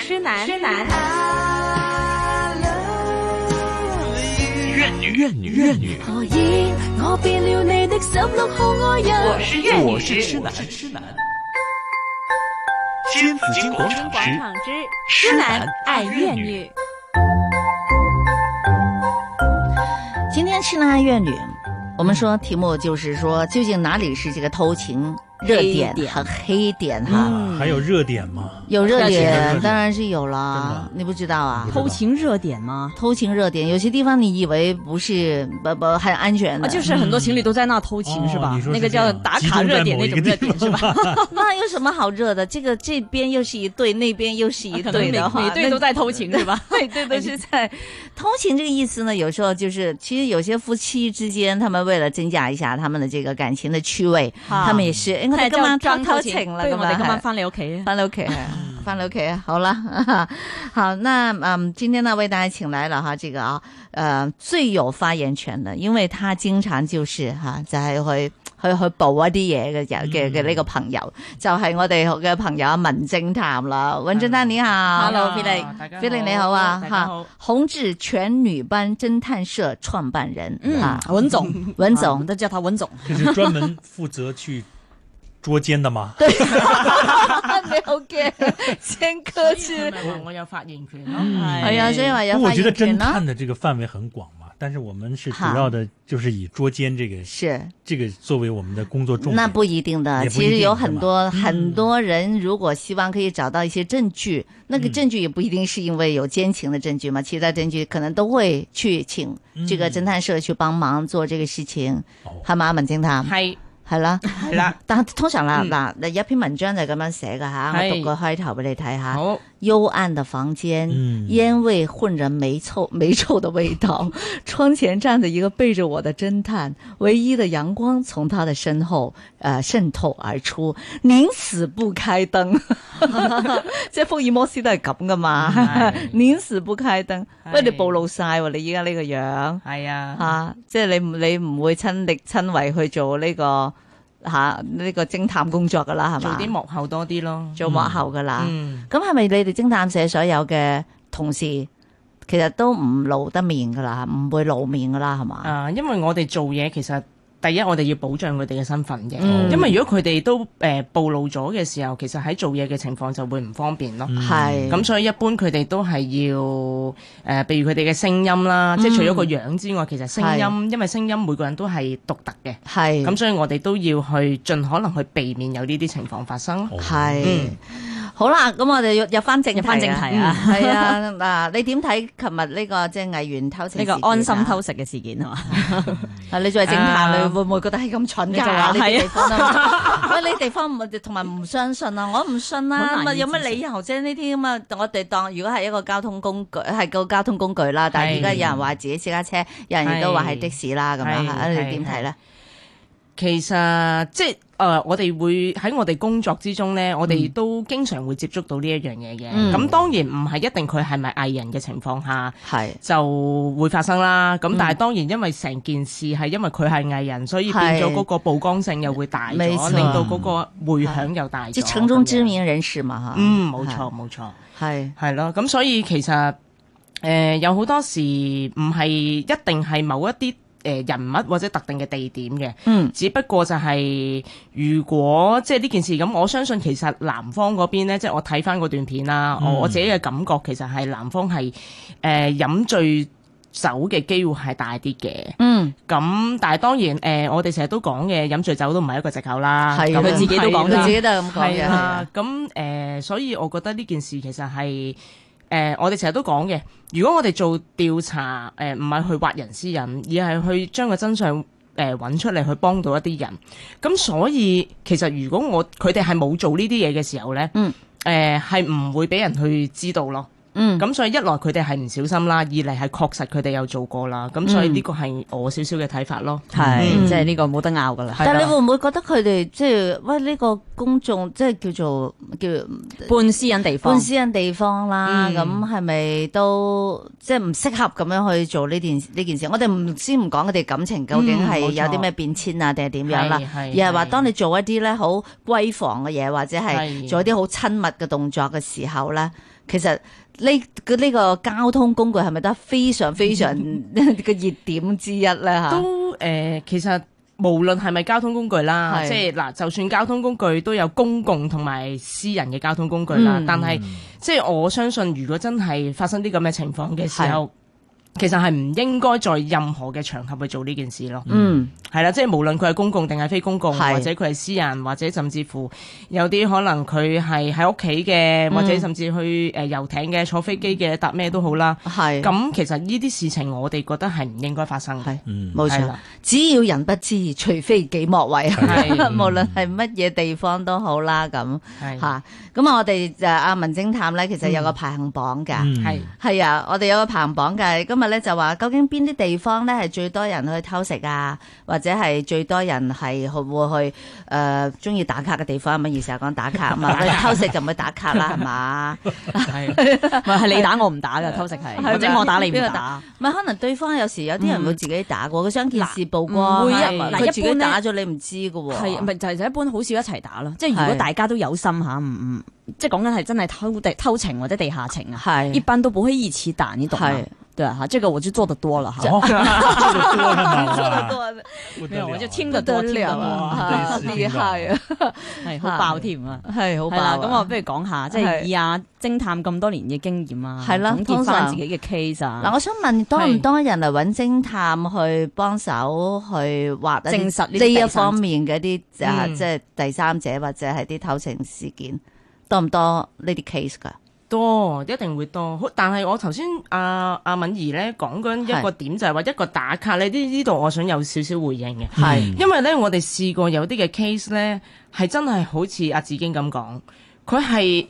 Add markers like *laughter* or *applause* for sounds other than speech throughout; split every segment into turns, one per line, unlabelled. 痴男，痴男，
怨女，怨女，怨女。
何以我變了你的十六號愛人？
我是怨女，
我是痴男，是痴男。金紫金广场
广
之
场之
痴
男
男
爱
爱
怨
怨
女
女。
今天痴男爱怨女，我们说题目就是说，究竟哪里是这个偷情热点
黑点
和黑点
嗯
哈？
啊还有热点吗？
有热
那
点
是
当然是有
真
了
的，
你不知道啊
不？知道
偷情热点吗？
偷情热点，有些地方你以为不是不不很安全的，
啊，就是很多情侣都在那偷情、
哦
是吧
你？说
那
是
个
这样
叫打卡热点那种热点是吧？
吧？ *laughs*
那有什么好热的？这个这边又是一对，那边又是一
可
*laughs* 对
能每
的话，
每对
那
都在偷情是
*laughs*
吧？
对对，都是在偷情这个意思呢。有时候就是，其实有些夫妻之间，他们为了增加一下他们的这个感情的趣味，
啊
他们也是，哎，我
係
哋今晚
就裝
偷偷
偷
情啦，
對
咁
我哋今晚
樣。
翻你屋企。
翻到 OK，
嗯
翻到 OK，好了， *laughs* 好，那嗯，今天呢为大家请来了哈，这个啊，呃，最有發言權的，因為他經常就是吓、就係去去去補一啲嘢嘅人嘅嘅呢
嗯
個朋友，就係我哋嘅朋友啊文偵探啦，文偵探你 *laughs* 好
嗯
Hello，菲力
大家菲力你好啊，哈，洪志全女班偵探社創辦人，
嗯
啊，
文总，
文總
啊都叫他文
*laughs*
总。
就是专门负责去捉奸
*laughs*
的吗？
啊
你好嘅，先客氣，
我我有發言哎權咯，
係啊，所以話有
嗯不过我
發
觉得
言權
侦
啦，
探的这个范围很广嘛，但是我们是主要的就是以捉奸这个
是。
这个作为我们的工作重点。
那不一定的，
也不一
其
定
实有
是
很
吧嗯
多很多人，如果希望可以找到一些证据，
嗯
那个证据也不一定是因为有奸情的证据嘛，其他证据可能都会去请这个
嗯
侦探社去帮忙做这个事情，
哦
係嘛，文偵探？
係
係啦，
係
*laughs*
啦，
但係通常啦，
嗯
嗱、有一篇文章就咁樣寫噶吓，我
係
讀個開頭俾你睇下。 *laughs*
好
幽暗的房间，
嗯
烟味混着霉臭 *laughs* 霉臭的味道。 *laughs* 窗前站着一个背着我的侦探，唯一的阳光从他的身后呃渗透而出，宁死不开灯。 *laughs* 即系福尔摩斯都系咁噶嘛，
係
宁死不开灯。喂，
係
你暴露晒喎，你依家呢个样
係
吓、
啊，
啊即系你唔你唔会亲力亲为去做呢、個个吓呢、个侦探工作噶啦，系
做
嘛？
啲幕後多啲咯，
做幕後噶啦。
嗯，
咁係咪你哋偵探社所有嘅同事，其實都唔露得面噶啦，唔會露面噶啦，係嘛？
啊，因為我哋做嘢其實。第一，我哋要保障佢哋嘅身份嘅，
嗯
因為如果佢哋都誒、呃暴露咗嘅時候，其實喺做嘢嘅情況就會唔方便
嗯
咯。
係
咁、所以一般佢哋都係要誒、呃譬如佢哋嘅聲音啦，即係除咗個樣之外，其實聲音，因為聲音每個人都係獨特嘅，
係
咁所以我哋都要去盡可能去避免有呢啲情況發生
哦
咯。
係
嗯
好啦，咁我哋入入翻正題
入返正題哦
*laughs*
啊
嗯係啊嗱，你點睇琴日呢個即係藝員偷情
呢個
事件啊
安心偷食嘅事件係嘛？
啊？你作為偵探，
啊
你會唔會覺得係咁蠢㗎？
你就話
呢啲
係啊
地方都喂，呢啲地方唔同埋唔相信啊！我唔信啦，
好
咁啊
難以
有乜
置信
理由啫？呢啲咁啊，我哋當如果係一個交通工具，係個交通工具啦。但係而家
係
有人話自己私家車，有人亦都話係的士啦，咁樣
係
嚇，你
係
點睇咧？
其實即係誒、呃我哋會喺我哋工作之中呢，我哋都經常會接觸到呢一樣嘢嘅。
嗯
咁、當然唔係一定佢係咪藝人嘅情況下
係
就會發生啦。咁但係當然因為成件事係因為佢係藝人，所以變咗嗰個曝光性又會大咗，
沒錯
令到嗰個迴響又大咗。
即係城中知
咁樣。
名人士嘛嚇。嗯
嗯，冇錯冇錯。
係，
係咯，咁所以其實誒、呃有好多時唔係一定係某一啲誒、呃人物或者特定嘅地點嘅，
嗯
只不過就係、如果即係呢件事咁，我相信其實南方嗰邊咧，即係我睇翻嗰段片啦，我我自己嘅感覺其實係南方係誒、呃、飲醉酒嘅機會係大啲嘅。
嗯，
咁但係當然誒、呃我哋成日都講嘅飲醉酒都唔係一個藉口啦，
係
咁
佢自己都講
佢
㗎
自己都係咁講
係
嘅。係
啦
啊，
咁誒、呃所以我覺得呢件事其實係誒、呃我哋成日都講嘅，如果我哋做調查，誒唔係去挖人私隱，而係去將個真相。誒揾、出嚟去幫到一啲人，咁所以其實如果我佢哋係冇做呢啲嘢嘅時候呢，
嗯，
誒係唔會俾人去知道咯。
嗯，
咁所以一來佢哋係唔小心啦，二嚟係確實佢哋有做過啦，咁
嗯
所以呢個係我少少嘅睇法咯。
*laughs* 係，
嗯
即係呢個冇得拗噶啦。
但係你
啦
會唔會覺得佢哋即係喂呢個公眾即係叫做叫？
半私隱地方
搬，私人地方啦，
嗯
咁係咪都即係唔適合咁樣去做呢件呢件事？我哋唔先唔講佢哋感情究竟
嗯
係
冇錯
有啲咩變遷啊，定係點樣啦？
係
而
係
係話
係
當你做一啲咧好閨房嘅嘢，或者係
係
做一啲好親密嘅動作嘅時候咧，其實呢個呢個交通工具係咪得非常非
*laughs*
常個熱點之一咧吓？
都誒、呃其實無論係咪交通工具啦，
係
即係嗱，就算交通工具都有公共同埋私人嘅交通工具啦。
嗯
但係即係我相信，如果真係發生啲咁嘅情況嘅時候，其實係唔應該在任何嘅場合去做呢件事咯。
嗯，
係啦，即係無論佢係公共定係非公共，
係
或者佢係私人，或者甚至乎有啲可能佢係喺屋企
嗯
嘅，或者甚至去誒遊艇嘅、坐飛機嘅、搭咩都好啦。
係
咁其實呢啲事情，我哋覺得係唔應該發生嘅。
係
嗯
冇
係
錯
啦。嗯
只要人不知，除非己莫為。
係
無論係乜嘢地方都好啦，咁
係
吓。咁啊，我哋就阿文偵探咧，其實有個排行榜㗎。
嗯
係
係啊，我哋有個排行榜嘅，今日咧就話究竟邊啲地方咧係最多人去偷食啊，或者係最多人係會去誒中意打卡嘅地方啊嘛，而成日講打卡
*laughs*
啊嘛，我哋偷食就唔會打卡啦，係嘛？
係
唔係係你打我唔打嘅，偷食係，
咪
或者我打你唔
邊個
打。
唔係可能對方有時有啲人會自己打過，佢想件事
嗯嗱
曝光，
唔會
啊嗱
佢自
一
己
般呢
打咗你唔知嘅喎，
係咪就係一般好少一齊打咯？即係如果
係
大家都有心嚇，唔唔，即係講緊係真係偷地偷情或者地下情啊，一
係
般都不會一起打，你懂嗎
*laughs* 係？
對啊，哈這個我就做得多了哈。
哦，做得多了嘛，哇
多
不得
沒有，我
了
就聽
不
得
得
多，
了
哇
*laughs* 啊，
真係
厲害啊，
係好爆添啊！
係好
係
爆啊
啦，咁我不如講下，即係
係
以阿偵探咁多年嘅經驗啊，
係啦
總
通
結
常
翻自己嘅 case
嗱，
啊，
我想問多唔
係
多人嚟揾偵探去幫手去畫一啲
證實呢啲
呢
第
一
三
方面嘅一啲啊，
嗯
即係第三者或者係啲偷情事件，多唔多呢啲 case 㗎？
多一定會多，好但係我頭先阿阿敏儀咧講緊一個點就係話一個打卡咧，呢呢度我想有少少回應嘅，
係
因為咧我哋試過有啲嘅 case 咧係真係好似阿紫荊咁講，佢係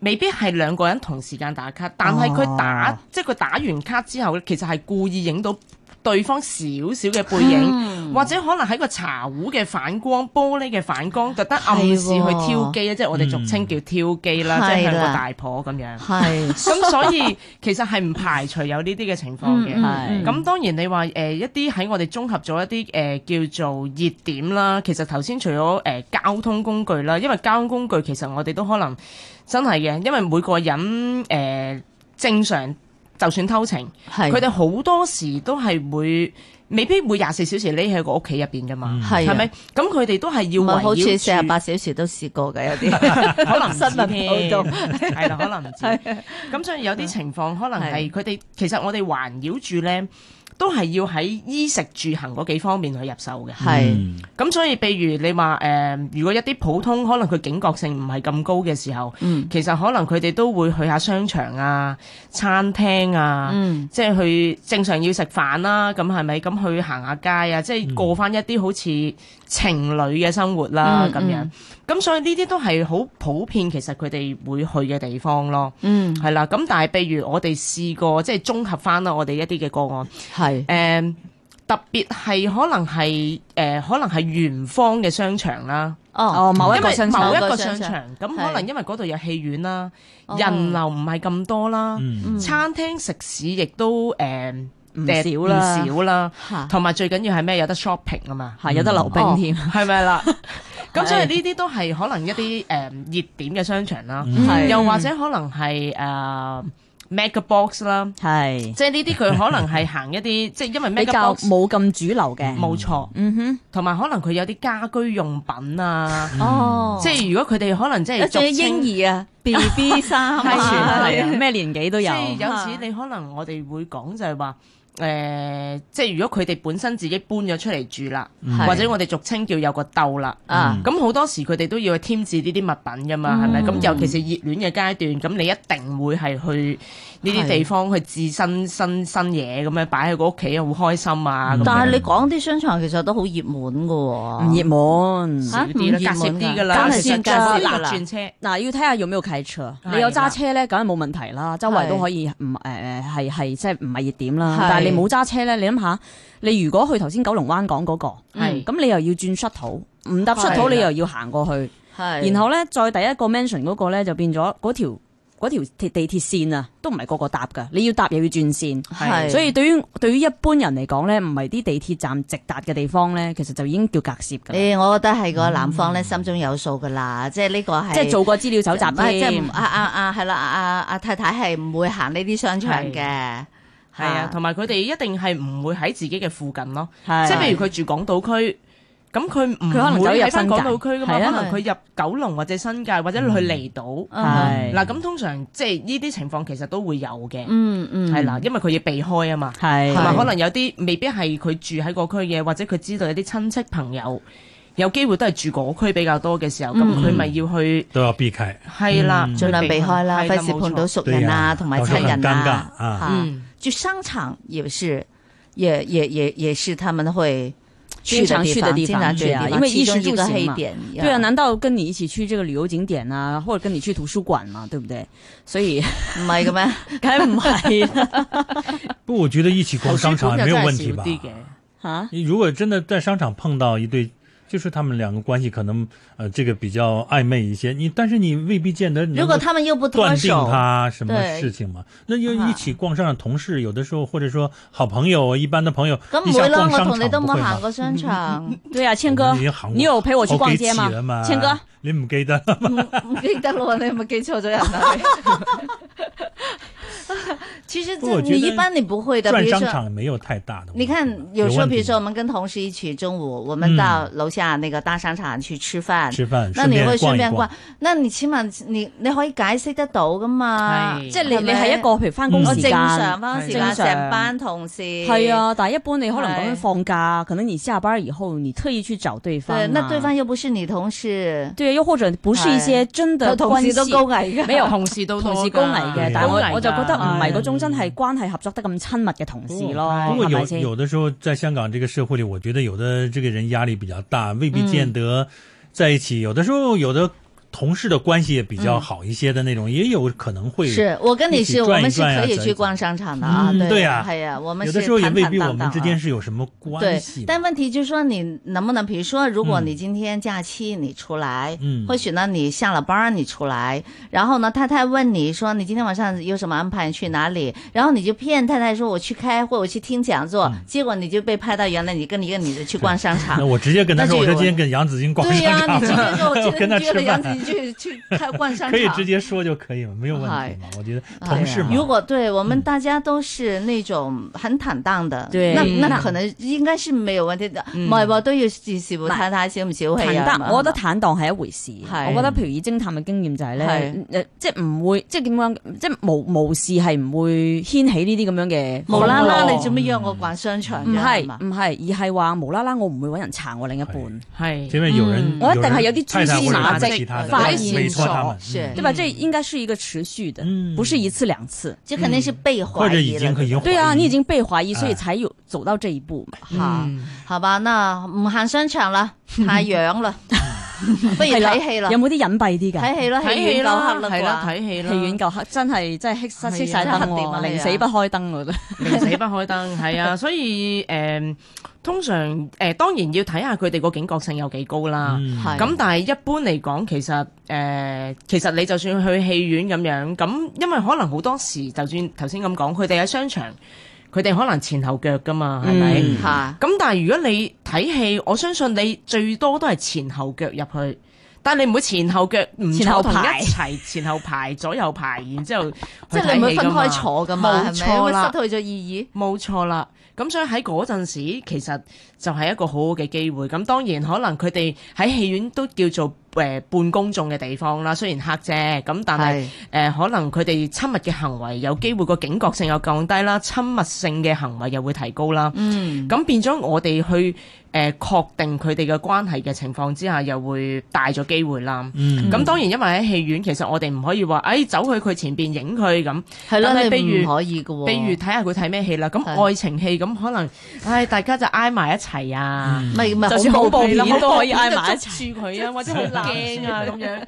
未必係兩個人同時間打卡，但係佢打、
哦
即係佢打完卡之後咧，其實係故意影到對方少少嘅背影。或者可能喺個茶壺嘅反光、玻璃嘅反光，特登暗示去
係喎
挑機啊，即係我哋俗稱叫挑機啦，即係
係
向
啦
個大婆咁樣。
係
*laughs* 咁所以其實係唔排除有呢啲嘅情況嘅。
嗯
係
咁當然你話誒、呃一啲喺我哋綜合咗一啲誒、呃叫做熱點啦，其實頭先除咗誒、呃交通工具啦，因為交通工具其實我哋都可能真係嘅，因為每個人誒、呃正常就算偷情，
係
佢哋好多時都係會未必會廿四小時匿喺個屋企入邊噶嘛，
係
係
啊
咪？咁佢哋都係要
唔係
圍
好似四
繞
十
住
八小時都試過嘅有啲
*laughs* 可能唔
新
知
聞報道
添 *laughs* 係啦，可能唔知。咁所以有啲情況可能係佢哋，其實我哋環繞住咧，都係要喺衣食住行嗰幾方面去入手嘅。
係
嗯
咁所以，譬如你話誒、呃如果一啲普通可能佢警覺性唔係咁高嘅時候，
嗯
其實可能佢哋都會去下商場啊、餐廳啊。
嗯
即係去正常要食飯啦，咁係咪？咁去行下街啊，即係過翻一啲好似情侶嘅生活啦
嗯
咁、
嗯
樣。咁所以呢啲都係好普遍，其實佢哋會去嘅地方咯，
嗯
係啦。咁但係譬如我哋試過，即係綜合翻啦，我哋一啲嘅個案，誒、
係
特別係可能係誒、可能係元芳嘅商場啦，
哦
哦，某一
因
個
為
商
某
場
一
某一個
個
商
商
場
場，咁
係
可能因為嗰度有戲院啦，
哦
人流唔係咁多啦。
嗯
餐廳食肆亦都誒
唔少嗯啦
唔少啦，
嚇
同埋最緊要係咩？有得 shopping 啊嘛，
係有得溜冰添，
係咪啦？咁所以呢啲都係可能一啲誒熱點嘅商場啦，
嗯
係
又或者可能係誒 mega box 啦，
*laughs* 係
即係呢啲佢可能係行一啲即係因為
比
mega
較
box
冇咁主流嘅。
冇錯，
嗯哼，
同埋可能佢有啲家居用品啊，
哦，
即係如果佢哋可能即係
仲有
俗
嬰
稱嗯
兒啊 B B 衫
係
*laughs*
啊
啊
係啊，咩年紀都有。
即係有時你可能我哋會講就係話。誒、即係如果佢哋本身自己搬咗出嚟住啦，
係
或者我哋俗稱叫有個竇啦，
啊
咁好、多時佢哋都要去添置呢啲物品噶嘛，係咪、咁尤其是熱戀嘅階段，咁你一定會係去呢啲地方去置新新新嘢咁樣擺喺個屋企，好開心啊！咁樣
但係你講啲商場其實都好熱門嘅
唔
喎，
熱門。
嚇
少啲啦，隔
梗係
涉啲㗎啦，其實
先㗎
就係
啦
轉車。
嗱，要睇下有冇開車。
係
你有揸車咧，梗係冇問題啦，周圍都可以唔誒誒係係即係唔係熱點啦。
係
但係你冇揸車咧，你諗下，你如果去頭先九龍灣講嗰個，
係
咁你又要轉 shuttle，唔搭
係啦
shuttle 你又要行過去。
係
然後咧，再第一個 mention 嗰個咧就變咗嗰條嗰嗰條鐵地鐵線啊，都唔係個個搭㗎，你要搭又要轉線。
係
所以對於對於一般人嚟講咧，唔係啲地鐵站直達嘅地方咧，其實就已經叫隔涉㗎啦，
誒，我覺得係個男方咧心中有數噶啦，即係呢個係
嗯即係做過資料搜集
唔係即係
添
唔。啊啊啊，係啦，啊啊啊太太係唔會行呢啲商場嘅，
系啊，同埋佢哋一定係唔會喺自己嘅附近咯，
哎係
即係譬如佢住港島區，咁佢唔
佢可能走入
會喺翻
新界
港島區噶嘛，
係啊嗯
可能佢入九龍或者新界或者去離島。
啊
係
嗱，咁通常即係呢啲情況其實都會有嘅，
嗯嗯，
係啦，因為佢要避開啊嘛。
係
同埋
係
可能有啲未必係佢住喺個區嘅，或者佢知道有啲親戚朋友有機會都係住嗰區比較多嘅時候，咁
嗯
佢咪要去
都要避開。
係啦，
嗯
盡量避開啦，
係啦
費事
冇錯
碰到熟人啊，
對啊
同埋親人
到時候很尷尬
啊
啊，
嚇
嗯
就商場也是，也也也也是他們會
經常去的地
經
方
常去的
對
地
啊
方，
因為
其
衣
中
食
一
住
個
行
黑
嘛
點，
對啊，难道跟你一起去這個旅遊景點啊，或者跟你去圖書館嘛，對不對？所以
唔係嘅咩？
*laughs* 梗係唔係啦
不，我觉得一起逛商
圖
场
書館又
没有
真係
问题
少
吧？
啲嘅，
吓，
如果真的在商场碰到一对，就是他们两个关系可能呃这个比较暧昧一些，你但是你未必见得能
如果
够
他們又不脱
断定
手，
他什么
对
事情嘛。那就
啊
一起逛商场，同事有的時候或者說好朋友、一般的朋友，
咁
一
唔
下
會啦，
逛
我
商
同你
場
都
不
冇
會
行
嘛？
過商場，
對啊，千
哎
哥
已經行，過
你有陪我去
好
逛
幾
街
次
嘛
啊
啦？嘛，
千哥，
你唔記得啦？
唔唔記得咯，你係咪記錯咗人啊？其實
不過我
這
覺得
你一般你不會的，
转
比如
商
說。
场没有太大的問題吧。
你看，有时候
問題
比如说我
吧
们跟同事一起中午，我们到楼下那个大商场去吃饭，
吃飯，
那你會順
順
便
便
逛
逛，，
那你起碼你你可以解釋得到噶啊嘛？
係
即係你
係咪
你係一個譬如翻工
嗯
我
時
正
間，
常啊翻時間
正常
成班同事
係。啊，但係一般你可能
係
講緊放假，可能你下班以後你特意去找對方、
對
啊，，
那對方又不是你同事，
對，啊又或者不是一些真的
同事都
關係
高危噶。
沒
*laughs*
有
同事都多
哎
㗎
同事高危嘅
係，
但係
高危㗎
我我就覺得唔係
係
嗰種真係關係合作得咁親密嘅同事咯，
哦
不過
係咪
啊有
先？
有的時候，在香港這個社會裏，我覺得有的這個人壓力比較大，未必見
嗯
得在一起。有的時候，有的同事的關係也比较好一些的那種，也有可能会
是我跟你
一
是，
起
我
轉一
们是
轉呀
可以
走一
去
走
逛商場的啊，
嗯
對
對呀
係啊，我們
有
是
的時候也未必我
坦
們
坦蕩蕩
之
啊
間是有什麼關
对
係，的。
但问题就是说，你能不能，比如说，如果你今天假期你出来，
嗯
或许呢你下了班儿你出来，然后呢太太问你说你今天晚上有什么安排，你去哪里，然后你就骗太太说我去开会，我去听讲座，结果你就被拍到原来你跟一个女的去逛商场
嗯 *laughs* 那。我直接跟他
那
说，
就
我
有
说今天跟杨紫金逛
对呀、
商
*laughs* 你直
场， *laughs*
接说我今
跟他
天
吃
约了杨
饭
子去去开逛商场，
*laughs* 可以直接说就可以嘛，没有问题嘛。我觉得同事嘛，
哎
嗯
如果对我们大家都是那种很坦荡的，
对
那
嗯
那可能應該是沒有問題的。唔係喎，都要視視乎太太小唔小氣啊
坦
嘛
蕩，我覺得坦蕩係一回事。
係
我覺得譬如以偵探嘅經驗就係
係
咧，誒即係唔會，即係點講，即係無無事係唔會掀起呢啲咁樣嘅
無啦啦，
風波
你做咩約我逛商場
唔
啫？係嘛
係唔係，而係話無啦啦，我唔會揾人查我另一半，
係
前面有人
嗯，
我一定係有啲蛛絲
太太或者
馬跡
其他的
發
委
現
委托
咗
他們，
是
嗯
對吧？這應該是一個持續的，
嗯
不是一次兩次。
就肯定是被
或
懷
者
疑
已
了
經。已經
對
嗯
啊，你已經被懷疑，所以
哎
才有走到這一步嘛。
嚇，
嗯
嗯
好吧，那唔行商場啦，太樣啦，不如睇戲啦
有，冇啲隱蔽啲㗎？
睇戲啦，
睇
啊戲
戲
院夠
啦，
黑
係啦，
啦
睇戲啦，
戲院夠黑，真係真係熄熄晒
係啊
燈
真係點啊
喎，
係
寧
啊
死不開燈我覺得。
明死不開燈，係啊，所以誒、嗯通常誒、呃、當然要睇下佢哋個警覺性有幾高啦。
嗯
啩。
咁但係一般嚟講，其實誒、呃其實你就算去戲院咁樣，咁因為可能好多時，就算頭先咁講，佢哋喺商場，佢哋可能前後腳噶嘛，係咪？
嗯
嚇，
啊咁但係如果你睇戲，我相信你最多都係前後腳入去，但係你唔會前後腳唔
前後
坐同
排
一齊，前後排左右排，然之後
*laughs*
去
即係你唔
睇
會
戲
分
㗎嘛
開坐噶嘛？
冇
係咪？
錯
會
啦
失去咗意義。
冇錯啦，咁所以喺嗰陣時，其實就係一個好好嘅機會。咁當然可能佢哋喺戲院都叫做誒、呃半公眾嘅地方啦，雖然黑啫，咁但係誒
係、
呃可能佢哋親密嘅行為有機會個警覺性又降低啦，親密性嘅行為又會提高啦。
嗯，
咁變咗我哋去誒、呃、確定佢哋嘅關係嘅情況之下，又會大咗機會啦。
嗯
咁、當然，因為喺戲院，其實我哋唔可以話，誒、哎、走去佢前邊影佢咁，
係啦，
但係譬
你唔
如
可以噶喎。
比如睇下佢睇咩戲啦，咁
係
愛情戲咁可能，唉，大家就挨埋一齊啊，
唔係唔係
就算恐怖片
係啦
嗯 *laughs*
啊
都可以挨埋一齊。
捉
*laughs*
住佢啊，或者好驚啊咁樣，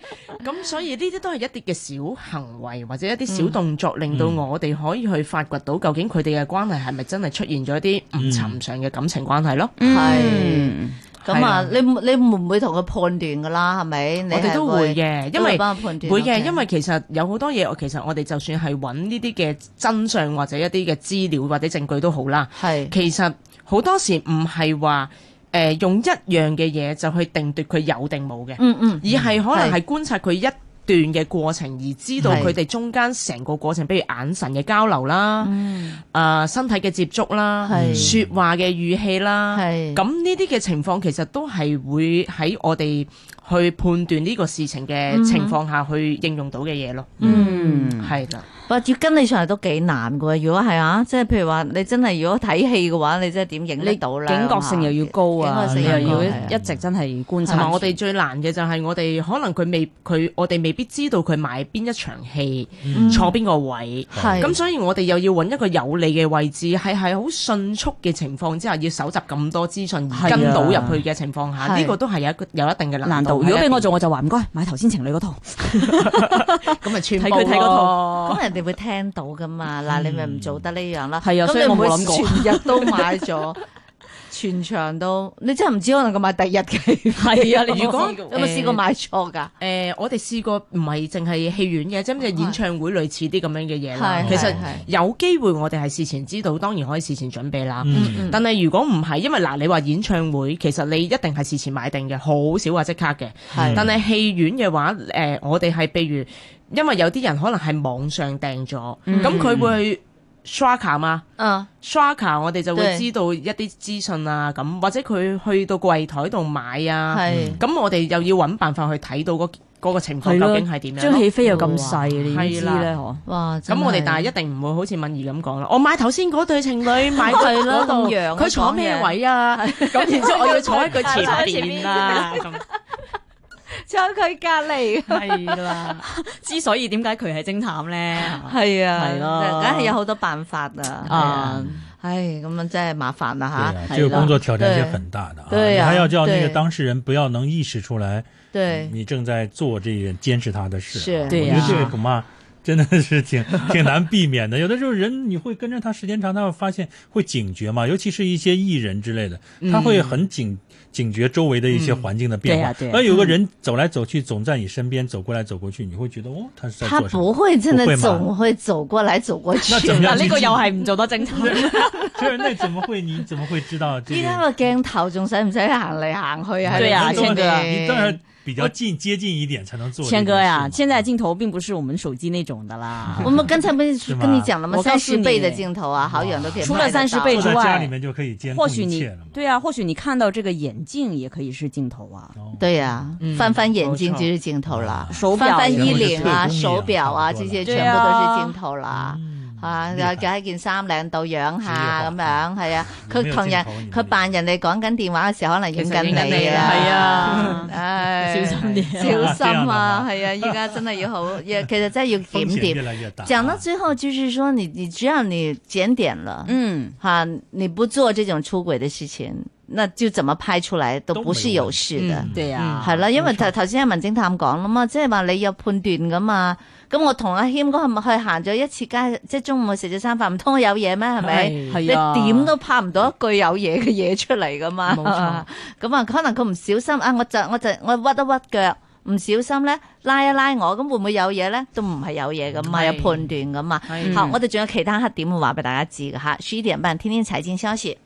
咁所以呢啲都係一啲嘅小行為或者一啲
嗯
小動作，令到我哋可以去發掘到究竟佢哋嘅關係係咪真係出現咗一啲唔尋常嘅感情關係咯。
嗯係
嗯
咁啊，
係
你你會唔會同佢判斷噶啦？係咪？你
我哋
係
都會嘅，因
都會
為
幫佢判斷
會嘅，
OK
因為其實有好多嘢，我其實我哋就算係揾呢啲嘅真相或者一啲嘅資料或者證據都好啦，
係
其實好多時唔係話誒用一樣嘅嘢就去定奪佢有定冇嘅，
嗯嗯
而係可能
係
係觀察佢一段嘅過程，而知道
係
佢哋中間成個過程，比如眼神嘅交流啦，
嗯
啊、身體嘅接觸啦，
係
説話嘅語氣啦，
係
咁呢啲嘅情況其實都係會喺我哋去判斷呢個事情嘅情況下去應用到嘅嘢咯。
嗯，
係啦，
哇！要跟你上嚟都幾難噶喎，如果係啊，即係譬如話你真係如果睇戲嘅話，你真係點影得
你
到咧？
警覺性又要高啊，
警
你
覺
又
性又高
要
係啊
一一直真係觀
同
察
埋。我哋最難嘅就係我哋可能佢未佢我哋未必知道佢買邊一場戲，
嗯
坐邊個位。
係
咁所以我哋又要揾一個有利嘅位置，係係好迅速嘅情況之下，要搜集咁多資訊
係
而
啊
跟到入去嘅情況下，
係
呢個都係有一個有一定嘅
難
難
度，
度。
如果俾我做，我就話唔該買頭先情侶嗰套，
咁咪全
睇佢睇嗰套
咁。人哋會聽到噶嘛？嗱，你咪唔做得呢樣啦。
係啊
咁
所以
你
我
唔會
冇諗過
全日都買咗，全場都，你真係唔知可能佢買第一期。係
啊你
如果
冇試
*laughs* 有
過
冇試過買錯㗎？
誒、呃我哋試過唔係淨係戲院嘅，即係演唱會類似啲咁樣嘅嘢啦
係。
其
係
實
係
有機會我哋係事前知道，當然可以事前準備啦。
嗯
但係如果唔係，因為嗱，你話演唱會，其實你一定係事前買定嘅，好少話即刻嘅。
係
但係戲院嘅話，誒、我哋係譬如，因為有啲人可能係網上訂咗，咁佢、會去刷卡嘛。
嗯，
刷卡我哋就
對
會知道一啲資訊啊，咁或者佢去到櫃台度買啊，
係。
咁我哋又要揾辦法去睇到嗰、嗰個情況
係咯
究竟係點樣
張
咯。
起飛又咁細，你點知
係啦
咧？嗬，
哇！真
咁我哋
係
但係一定唔會好似敏儀咁講啦，我買頭先嗰對情侶買
係
佢
啦
嗰度，
咁樣
佢坐咩位啊？咁然之後我要坐喺佢前邊啦，咁
坐佢隔離。
係
*laughs*
啦，
之所以點解佢係偵探咧？
係啊，
係咯
梗係有好多辦法啊。係啊
啊，
唉，咁樣真係麻煩啦
对啊
吓。
这个工作挑战
对
是很大的啊，
对
你
啊
还要叫那个
对
当事人不要能意识出来
对，
你正在做这个监视他的事
是
啊，
对
我觉得
呀
这个恐怕真的是挺挺难避免
*laughs*
的。有的时候人你会跟着他时间长，他会发现会警觉嘛，尤其是一些艺人之类的，
嗯
他会很警警觉周围的一些环境的变化
嗯对呀对。呀
而有个人走来走去，总在你身边走过来走过去，你会觉得哦，他是在
他
做什
不
*laughs* 么？
會真
不
的
會嘛
總會走過來走過去
那。
*laughs*
*laughs* 怎麼樣
嗱，呢個啊又係唔做得
*laughs*
偵探。
就是那怎么会你怎么会知道这
*laughs* 依家
个？
個鏡頭仲使唔使行嚟行去喺
對啊
度
你
千
当
哥
然
先
你当然比较近接近一点才能做这件
谦
事嘛。
哥呀，现在镜头并不是我们手机那种的
*laughs*
啦
我。们刚才不是
是吗
跟你讲了吗？
我告
三
诉
十
你
倍的镜头啊，好远都可以拍得到。
除了30倍
坐在
之外
家里面就可以监控
或许
一切
你
了嘛。
对啊，或许你看到这个眼镜也可以是镜头啊，
哦
对呀，
嗯
翻翻眼睛
没错
就是镜头啦，
手
翻
表
翻
也
衣
是特
领啊、
工一样
手表啊，
差
這
不多啦
些
對
全部都
啊
是鏡頭啦。
嗯
啊，
厲
又
害
揀件衫靚到樣下咁
專業
樣，係啊，佢同人
嗯有冇有鏡頭
佢扮人哋講緊電話嘅時候，可能影緊
其實影緊
你
你
啊，
啊
係啊
唉，
小心啲啊
*laughs*
小心啊，
啊
係啊，依家真係要好，其實真係要
风
檢
险越
點。
来越大。
講到最後，就是說你你只要你檢點了，
嗯，
哈，你不做這種出軌的事情，那就怎麼拍出來都不是有事的。
嗯
對啊，
係啦，因為頭頭先阿文偵探講啦嘛，即係話你有判斷噶嘛。咁我同阿謙哥係咪去行咗一次街，即係中午食咗餐飯，唔通我有嘢咩？
哎
係咪？你
係啊，
點都拍唔到一句有嘢嘅嘢出嚟噶嘛？
冇錯
*laughs* 咁啊，可能佢唔小心啊，我就我就我屈一屈腳，唔小心咧拉一拉我，咁會唔會有嘢咧？都唔係有嘢噶嘛，有
係
判斷噶嘛。
係
好，我哋仲有其他黑點會話俾大家知嘅吓，十一點半天天財經消息。